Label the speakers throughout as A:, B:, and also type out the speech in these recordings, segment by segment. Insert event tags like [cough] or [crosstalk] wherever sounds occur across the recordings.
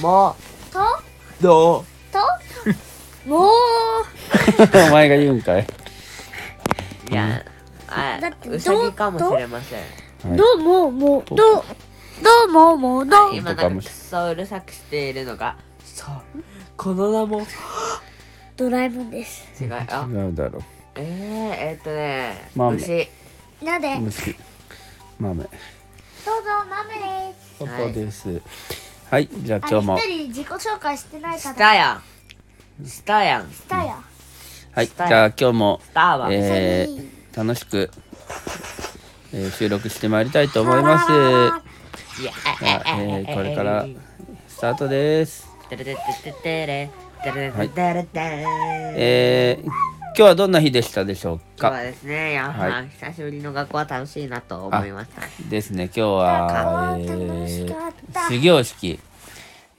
A: もう
B: と
A: ど
B: ともう
C: お前が言うんかい
D: いや、あ
B: だっ、て
D: うさぎかもしれません。
C: はい
B: どうももうどうどうももうどう
D: 今なんかくっそうるさくしているのが、そう、この名も、
B: ドラえもんです
D: 違うよ。
C: 違うだろ
D: えー、えーっとね、
C: 豆
D: 虫。
B: なで
C: う
B: どうぞ
C: 虫豆
B: マムです
C: ここですはい、じゃあ今日も
B: あれ一人自己紹介してないか
D: し
B: ら
D: たやん。したやん。
B: したや
C: はいじ
D: したい
C: ゃあ今日も
D: スターは。
C: え
B: うさ
C: ー、楽しく、えー、収録してまいりたいと思いますさ
D: いや
C: あ、えー、これからスタートです
D: てれててててれてれてててれてれ
C: えー、今日はどんな日でしたでしょう
D: 今日は
C: か
D: ですね、や
C: は
D: はり久しぶりの学校は楽しいなと思いました。
C: ですね今日は、え
B: 楽しか
C: ー
B: っ、た
C: 始業式、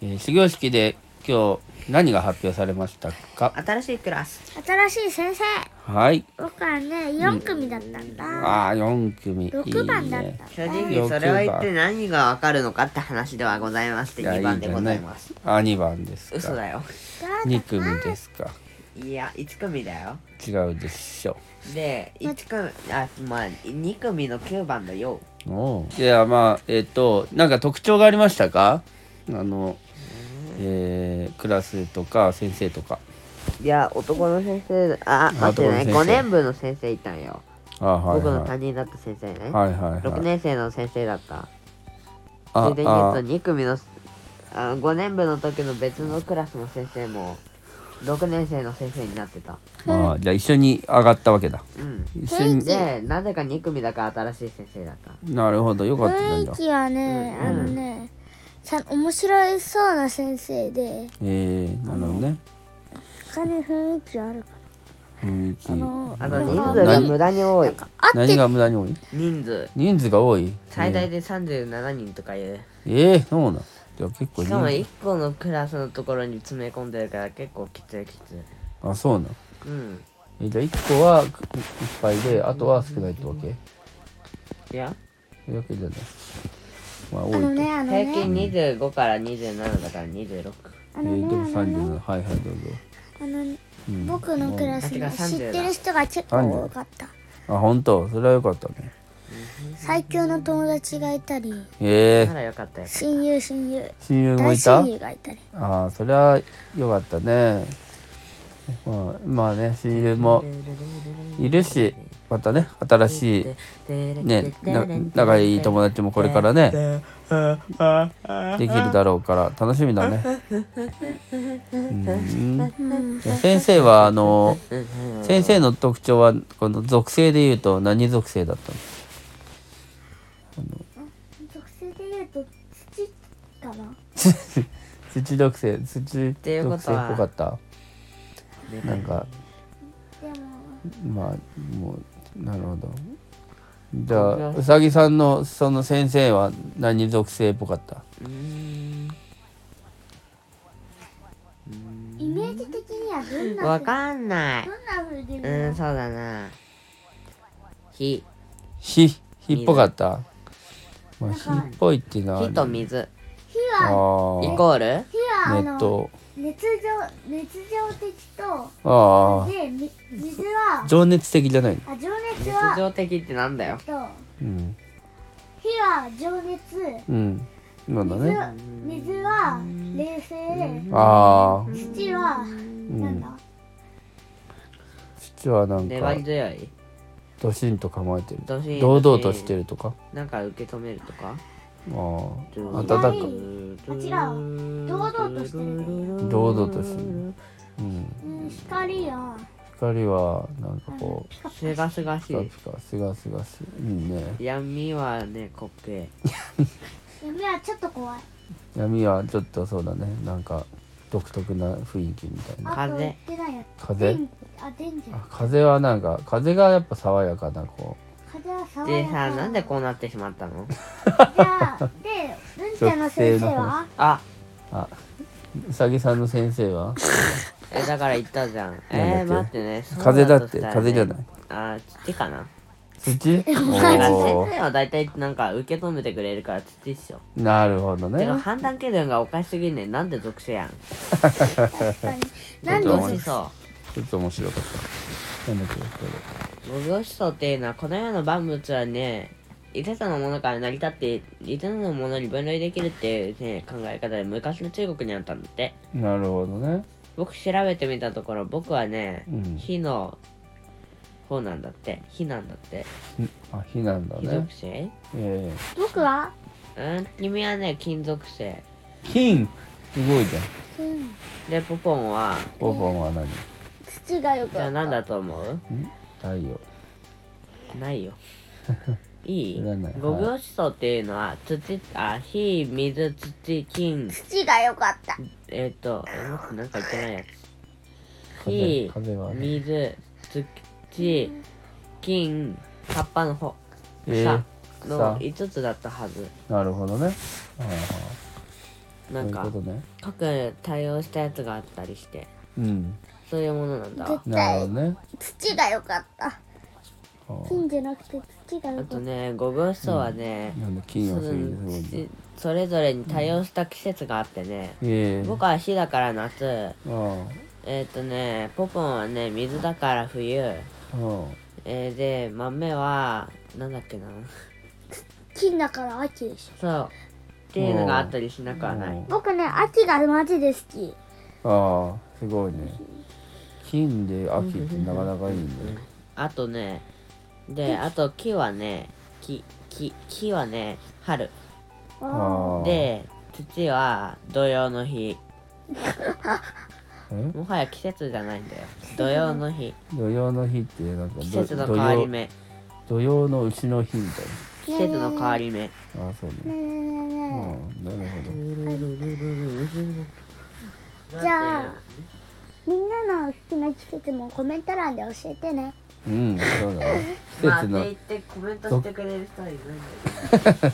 C: えー、始業式で今日何が発表されましたか
D: 新しいクラス。
B: 新しい先生
C: はい
B: 僕はね4組だったんだ
C: ああ四組いい
B: 6番だったん
C: ね
B: だ
D: 正直それは一体何がわかるのかって話ではございまして、
C: いや
D: 2
C: いいん
D: 番
C: じ
D: で
C: ゃ
D: ご
C: な
D: ざ
C: い
D: います。
C: あ二番です
D: 嘘
C: か
D: だよ。
C: 二組ですか
D: いや、1組だよ。
C: 違うでしょ
D: で、1組、あ、まあ、2組の9番だよ。
C: おうではまあえっ、となんか特徴がありましたかあの、えー、クラスとか先生とか
D: いや、男の先生、あ、
C: あ
D: 待ってね、
C: 男の
D: 5
C: 先生
D: 年部の先生いたんよ。
C: あーはい
D: 僕の
C: は
D: 担任だった先生ね
C: い。はいはい
D: 6
C: はい
D: 年生の先生だった。
C: あ
D: それで言うと2組のあ5年部の時の別のクラスの先生も6年生の先生になってた
C: ああーじゃあ一緒に上がったわけだ
D: うん
C: 一緒に
D: でなぜか2組だから新しい先生だった
C: なるほどよかったじゃない
B: 雰
C: だ
B: 囲気はね、あのねさ面白いそうな先生で
C: えー、なるほどね
B: 他に雰囲気あるか
C: 雰囲気
B: な
D: あと人数が無駄に多い
B: あっ
C: 何
B: て
C: が無駄に多い
D: 人数
C: 人数が多い
D: 最大で37人とかいう
C: ええー、そうなんじゃあ結構
D: しかも
C: 人
D: 1個のクラスのところに詰め込んでるから結構きついきつい
C: 数あそうなん
D: うん
C: えじゃあ1個はいっぱいであとは少ないってわけそ
D: いや
C: ういうわけじゃないまあ多い
B: あ
C: と
B: のねあの
D: 平
B: ね
D: 均25から27だから26
B: あ
C: え
B: のね
C: ー、でも
B: あのね
C: 37はいはいどうぞ
B: あのね
C: うん
B: 僕のクラスに
D: うん
B: 知ってる人が結構多かった
C: あ本当それはよかったね
B: 最強の友達がいたり
C: ええ
D: ならよかったよ
B: 親友親友
C: 親友も
B: 大
C: いた
B: 親友がいたり
C: ああそれはよかったねまあまあね親友もいるしまたね新しいねな仲いい友達もこれからねできるだろうから楽しみだねうんじゃあ先生はあの先生の特徴はこの属性で言うと何属性だったの
B: 属性で言うと土かな
C: 土属性土属
D: ていう
C: 性っ
D: こ
C: ぽ
D: とは
C: かったなんか
B: でも
C: まあもうなるほどじゃあうさぎさんのその先生は何属性っぽかった
D: うーん
B: イメージ的にはどんな
D: わかんない
B: どんな風で見
D: う
B: る
D: ー
B: の
D: ん、そうだな。火、
C: 火火っぽかった、まあ、火っぽいっていうのはあ
D: 火
C: る
D: と水、
B: 火
C: あ
B: は
C: ー
D: イコール
B: 火はあ
C: ネッ
B: の
C: ト
B: 熱情熱情的と
C: ああ
B: でみ水は
C: 情熱的じゃないの
B: あ情熱
D: 日
B: は
D: 常的ってなんだよ。
B: と
C: うん
B: 火は情熱
C: うんなんだ
B: 水
C: ね
B: は水は冷静
C: ああ
B: 土はなんだ、
C: 土はなん
D: 粘
C: か
D: り強い
C: ドシンと構えてる
D: ドシン
C: 堂々としてるとか
D: なんか受け止めるとか
C: ああ
D: 暖
C: 暖
B: う
C: く
B: あ違う堂々としてる
C: 堂々としてる、うん、
B: うん、光は
C: 光はなんかこう
D: すがすがし
C: ピカ
D: い。
C: ピカすがすがしいいいね
D: 闇はね、滑稽。
B: 闇はちょっと怖い
C: 闇はちょっとそうだねなんか独特な雰囲気みたいな
B: あと
D: 風
B: 言ってないや
C: 風
B: 電あ電気
C: あ風はなんか風がやっぱ爽やかなこ
B: 風は爽
D: で
B: や
D: さ、な
B: か
D: んでこうなってしまったの
B: じゃあでうんちゃんの先生は
D: あ、
C: ううさぎさんの先生は
D: え、だから言ったじゃん。
C: なんだっけ
D: えー、待ってね。。
C: 風だって風じゃないい
D: あー、土かな
C: そ
D: [laughs]
C: っち
D: 先
C: おー
D: 生は大体なんか受け止めてくれるから土っしょ。
C: なるほど
D: て
C: ね
D: か判断基準がおかしすぎんねん。なんで属性やん。
B: 確かに。なん
C: どう
D: 無病
C: も
B: で
D: 思
B: す
D: 想。
C: ちょっと面白かったなんだっけこ
D: 無病思想っていうのはこの世の万物はね、5つのものから成り立って、5つのものに分類できるっていう、ね、考え方で昔の中国にあったんだって。
C: れなるほどね
D: 僕調べてみたところ、僕はね
C: うん、
D: 火の方なんだって。火なんだって。
C: んあ火なんだ
D: 火
C: ね
D: 属性
C: え
B: 僕は
D: うん、君はね、金属性。
C: え金すごいじゃん
B: うん
D: で、ポポンは、
C: ボボンは何ん
B: 土がよく
D: じゃあ何だと思う
C: 太陽
D: ない
C: [laughs]
D: よ。いい
C: いらない
D: 五行思想っていうのは、土、あ、火、水、土、金、
B: 土が良かった。
D: えっ、と、え待ってなんか言ってないやつ。
C: 風
D: 火、
C: 風はある
D: 水、土、金、葉っぱの方。
C: え
D: 草
C: ー
D: の
C: さ
D: 5つだったはず。
C: なるほどねはいはい
D: な
C: そうんいう
D: か
C: こ、とね
D: 各対応したやつがあったりして、
C: うん
D: そういうものなんだわ。
C: なるほどね
B: 土が良かった。
C: あー
B: 金じゃなくて土が
D: あ
B: 良かった
D: と。ね、五行思想はね、
C: なんだ金はすごいねすごいね
D: 土それぞれに対応した季節があってね、
C: ええ
D: 僕は火だから夏、
C: あ
D: えっ、とね、ポポンはね、水だから冬。え
C: ああ
D: ー、で、豆は、なんだっけな。
B: 金だから秋でしょ。
D: そう。っていうのがあったりしなくはない。
B: 僕ね、秋がマジで好き。
C: ああすごいね金で秋ってなかなかいいね
D: あとね、で、あと木はね、木、木、木はね、春。
B: あ
C: ああ
D: で、土は土曜の日。
C: え
D: もはや季節じゃないんだよ。土曜の日。
C: 土曜の日ってなんか
D: 季
C: [laughs] ど
D: 節の変わり目。
C: 土曜の牛の日みたい
D: 季節の変わり目。
C: なああそう
B: ー。
C: ね
B: ねえねえ
C: う
B: ねえね
C: んなるほ
B: え。じゃあ、みんなの好きな季節もコメント欄で教えてね。
C: どうんそうだね季
D: まあ、
C: 節
D: って言
C: の
D: ってコメントしてくれる人はいるんだよ。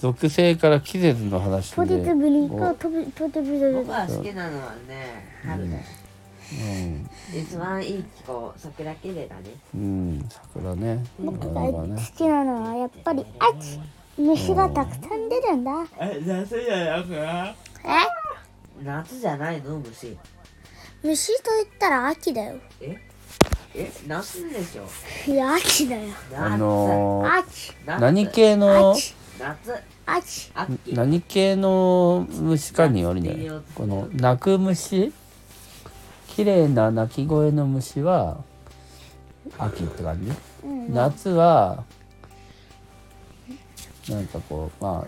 C: 属性から季節の話で
B: ポテトブリ
C: お
B: コ、トブポテトブリ
D: 僕
B: コ。
D: は好きなのはね、春だよ。
C: うん
D: 一番いい気候、桜綺麗だね。
C: うん桜ねなか
B: 僕が
C: なかね
B: 好きなのはやっぱり秋。虫がたくさん出るんだ。
D: え、夏じゃなくな
B: え
D: 夏じゃないの虫。
B: 虫と言ったら秋だよ。
D: ええ、夏でしょ
B: いや、秋だよ。
D: 夏
C: あのー
B: 秋。
D: 夏
C: 何系の
B: 秋。
D: 夏、
B: 秋。
D: 秋。
C: 何系の虫かによるんじゃないこの鳴く虫綺麗な鳴き声の虫は秋って感じ、
B: うん
C: 夏はなんかこうま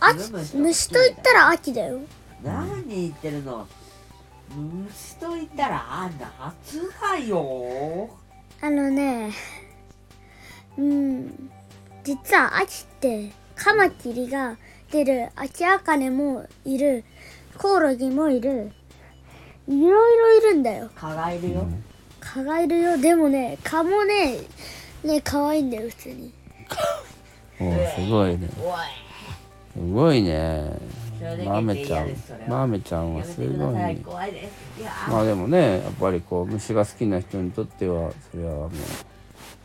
C: あ
B: 秋。虫と言ったら秋だよ。
D: 何言ってるの虫と言ったら、あ、夏だよ。
B: あのね、うん、実は秋ってカマキリが出る、秋アカネもいる、コオロギもいる、いろいろいるんだよ。
D: 蚊がいるよ。
B: 蚊がいるよ。でもね、蚊もね、ね、可愛いんだよ、普通に。
C: おーすごいね
D: おい。
C: すごいね
D: それ
C: マ
D: だけ
C: メ
D: で
C: ちゃ
D: 嫌
C: ん
D: です、それは
C: マメちゃん
D: や
C: は
D: め
C: す
D: てくだ
C: ごい
D: さい、
C: ね
D: 怖いです。いや
C: まあでもねやっぱりこう虫が好きな人にとってはそれはもう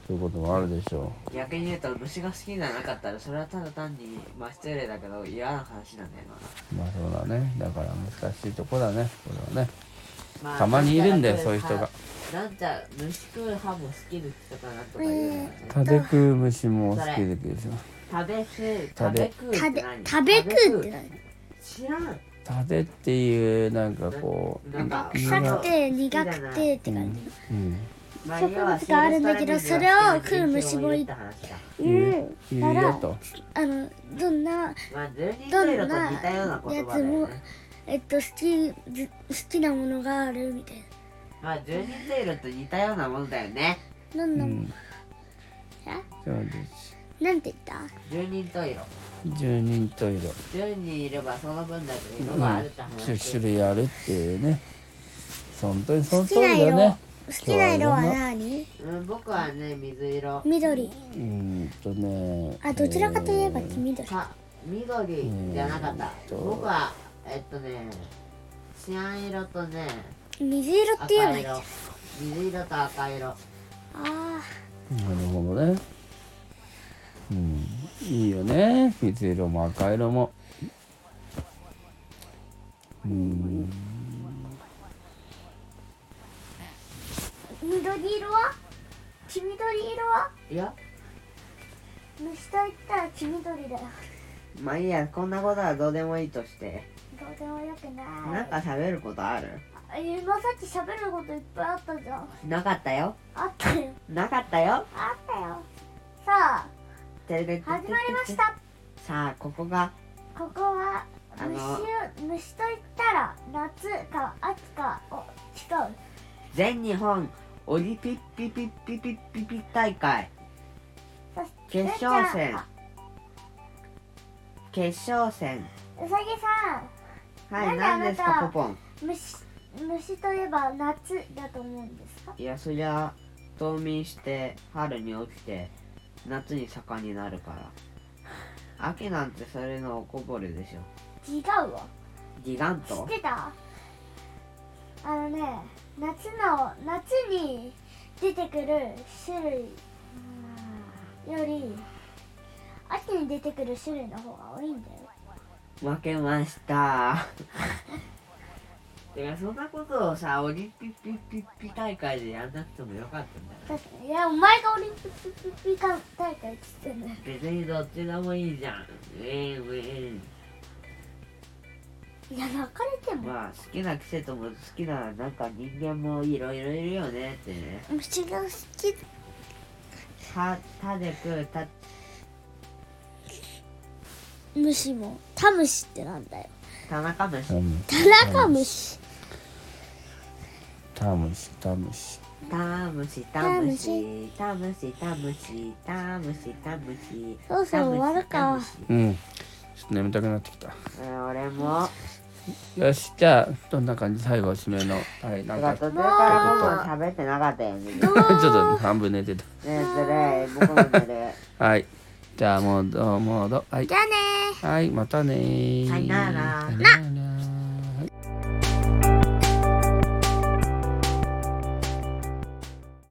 C: そういうこともあるでしょ
D: 逆に言うと虫が好きじゃなかったらそれはただ単にまあ失礼だけど嫌な話なんだよな、
C: うまあそうだねだから難しいとこだねこれはね
D: まあ
C: たまにいるんだよ
D: な
C: そういう人が
D: なんちゃ虫食う歯も好きですとかなんとか言うよね
C: 食べ食う虫も好きできるでしょ
D: 食べ食う
C: 食
D: 食
C: べ
D: べ食う
B: 食
D: って
B: べ
D: 何、
B: 食べ食うって何
D: 知らん
C: 食べっていうなんかこう
D: なんか
B: 臭くて苦くてって感じ。
C: うん
D: ま
B: 植物があるんだけどそれを食う虫もいる
D: まあ要は
B: いうる
C: い
B: か
C: るよ
B: ら、
C: と
B: あの、どんな、
D: まあ12回路と似たような言葉だよ
B: どんなやつも
D: ね
B: えっと、好き、ず好きなものがあるみたいな。
D: まあ12回路と似たようなもんだよね
B: どん
C: う
B: なもの、
C: ん
B: え
C: そうです
B: なんて言っ
D: 12人トイロ
C: 十人十色
D: 10人いればその分だけ色
C: うん
D: があるって話
C: 10種類あるっていうね本当にそ
B: た
C: の
B: 好
C: 通
B: きな
C: りだ
B: 色、
C: ね
B: 好きな色は何
D: うん、僕はね、水色。
B: 緑
C: うーんとね
B: あどちらかといえば黄緑
D: か、緑じゃなかった。僕は、えっとね、シアン色とね、
B: 水色って言えば
D: 赤
B: いいじゃんあ
D: 色。水色と赤色。
B: あ
C: なるほどね。うん、いいよね。水色も赤色も。うん、
B: 緑色は黄緑色はい
D: や
B: 虫と言ったら黄緑だよ
D: まあいいやこんなことはどうでもいいとして
B: どうでもよくな
D: ないんか喋ることある
B: あ今さっき喋ることいっぱいあったじゃん
D: なかったよ
B: あったよ
D: なかったよ
B: あったよさあ
D: てれてれてれて
B: 始
D: れ
B: まりました
D: さあここが
B: ここは
D: あ
B: 虫
D: の
B: を虫と言ったら夏か秋かを違う
D: 全日本オリピッピピッピピッピピ大会
B: そし
D: 決勝戦決勝戦
B: うさぎさん
D: はい
B: な
D: 何
B: んで
D: です
B: あなた
D: かポポン
B: 虫虫といえば夏だと思うんですか
D: いやそりゃ冬眠して春に起きて夏に盛んになるから秋なんてそれのおこぼれでしょ
B: 違うわ
D: ギガン
B: 知っ
D: ト
B: てたあのね夏の夏に出てくる種類より秋に出てくる種類の方が多いんだよ
D: 負けました [laughs] てかそんなことをさオリンピックピッピ大会でやんなくてもよかったんだよ
B: 確かにいやお前がオリンピック大会っつってんだよ
D: 別にどっちでもいいじゃんえええ
B: いや泣かれて
D: え
B: も
D: まあ好きな季節も好きななんか人間もいろいろいるよねってね
B: 虫が好き
D: たたでくうた
B: 虫もタムシってなんだよ
D: 田中虫
C: うん
B: 田中虫
C: タムシ、タムシ。
D: タムシタムシタムシタムシタムシタムシ
B: そうそう終わるか
D: タムシ
C: うん。ちょっと眠たくなってきた。
D: タムシうん俺も
C: よし、じゃあ、どんな感じ最後、締めの。はい、なん
D: てか
C: か。
D: 途中から僕は喋ってなかったよねね
C: [laughs] ちょっと半分寝てた。
D: えずるい僕もずる
C: はい。じゃあ、もうどう、もうどう、はい
B: じ。ゃあねー
C: はい、またねー。
D: さよなら
C: さよなら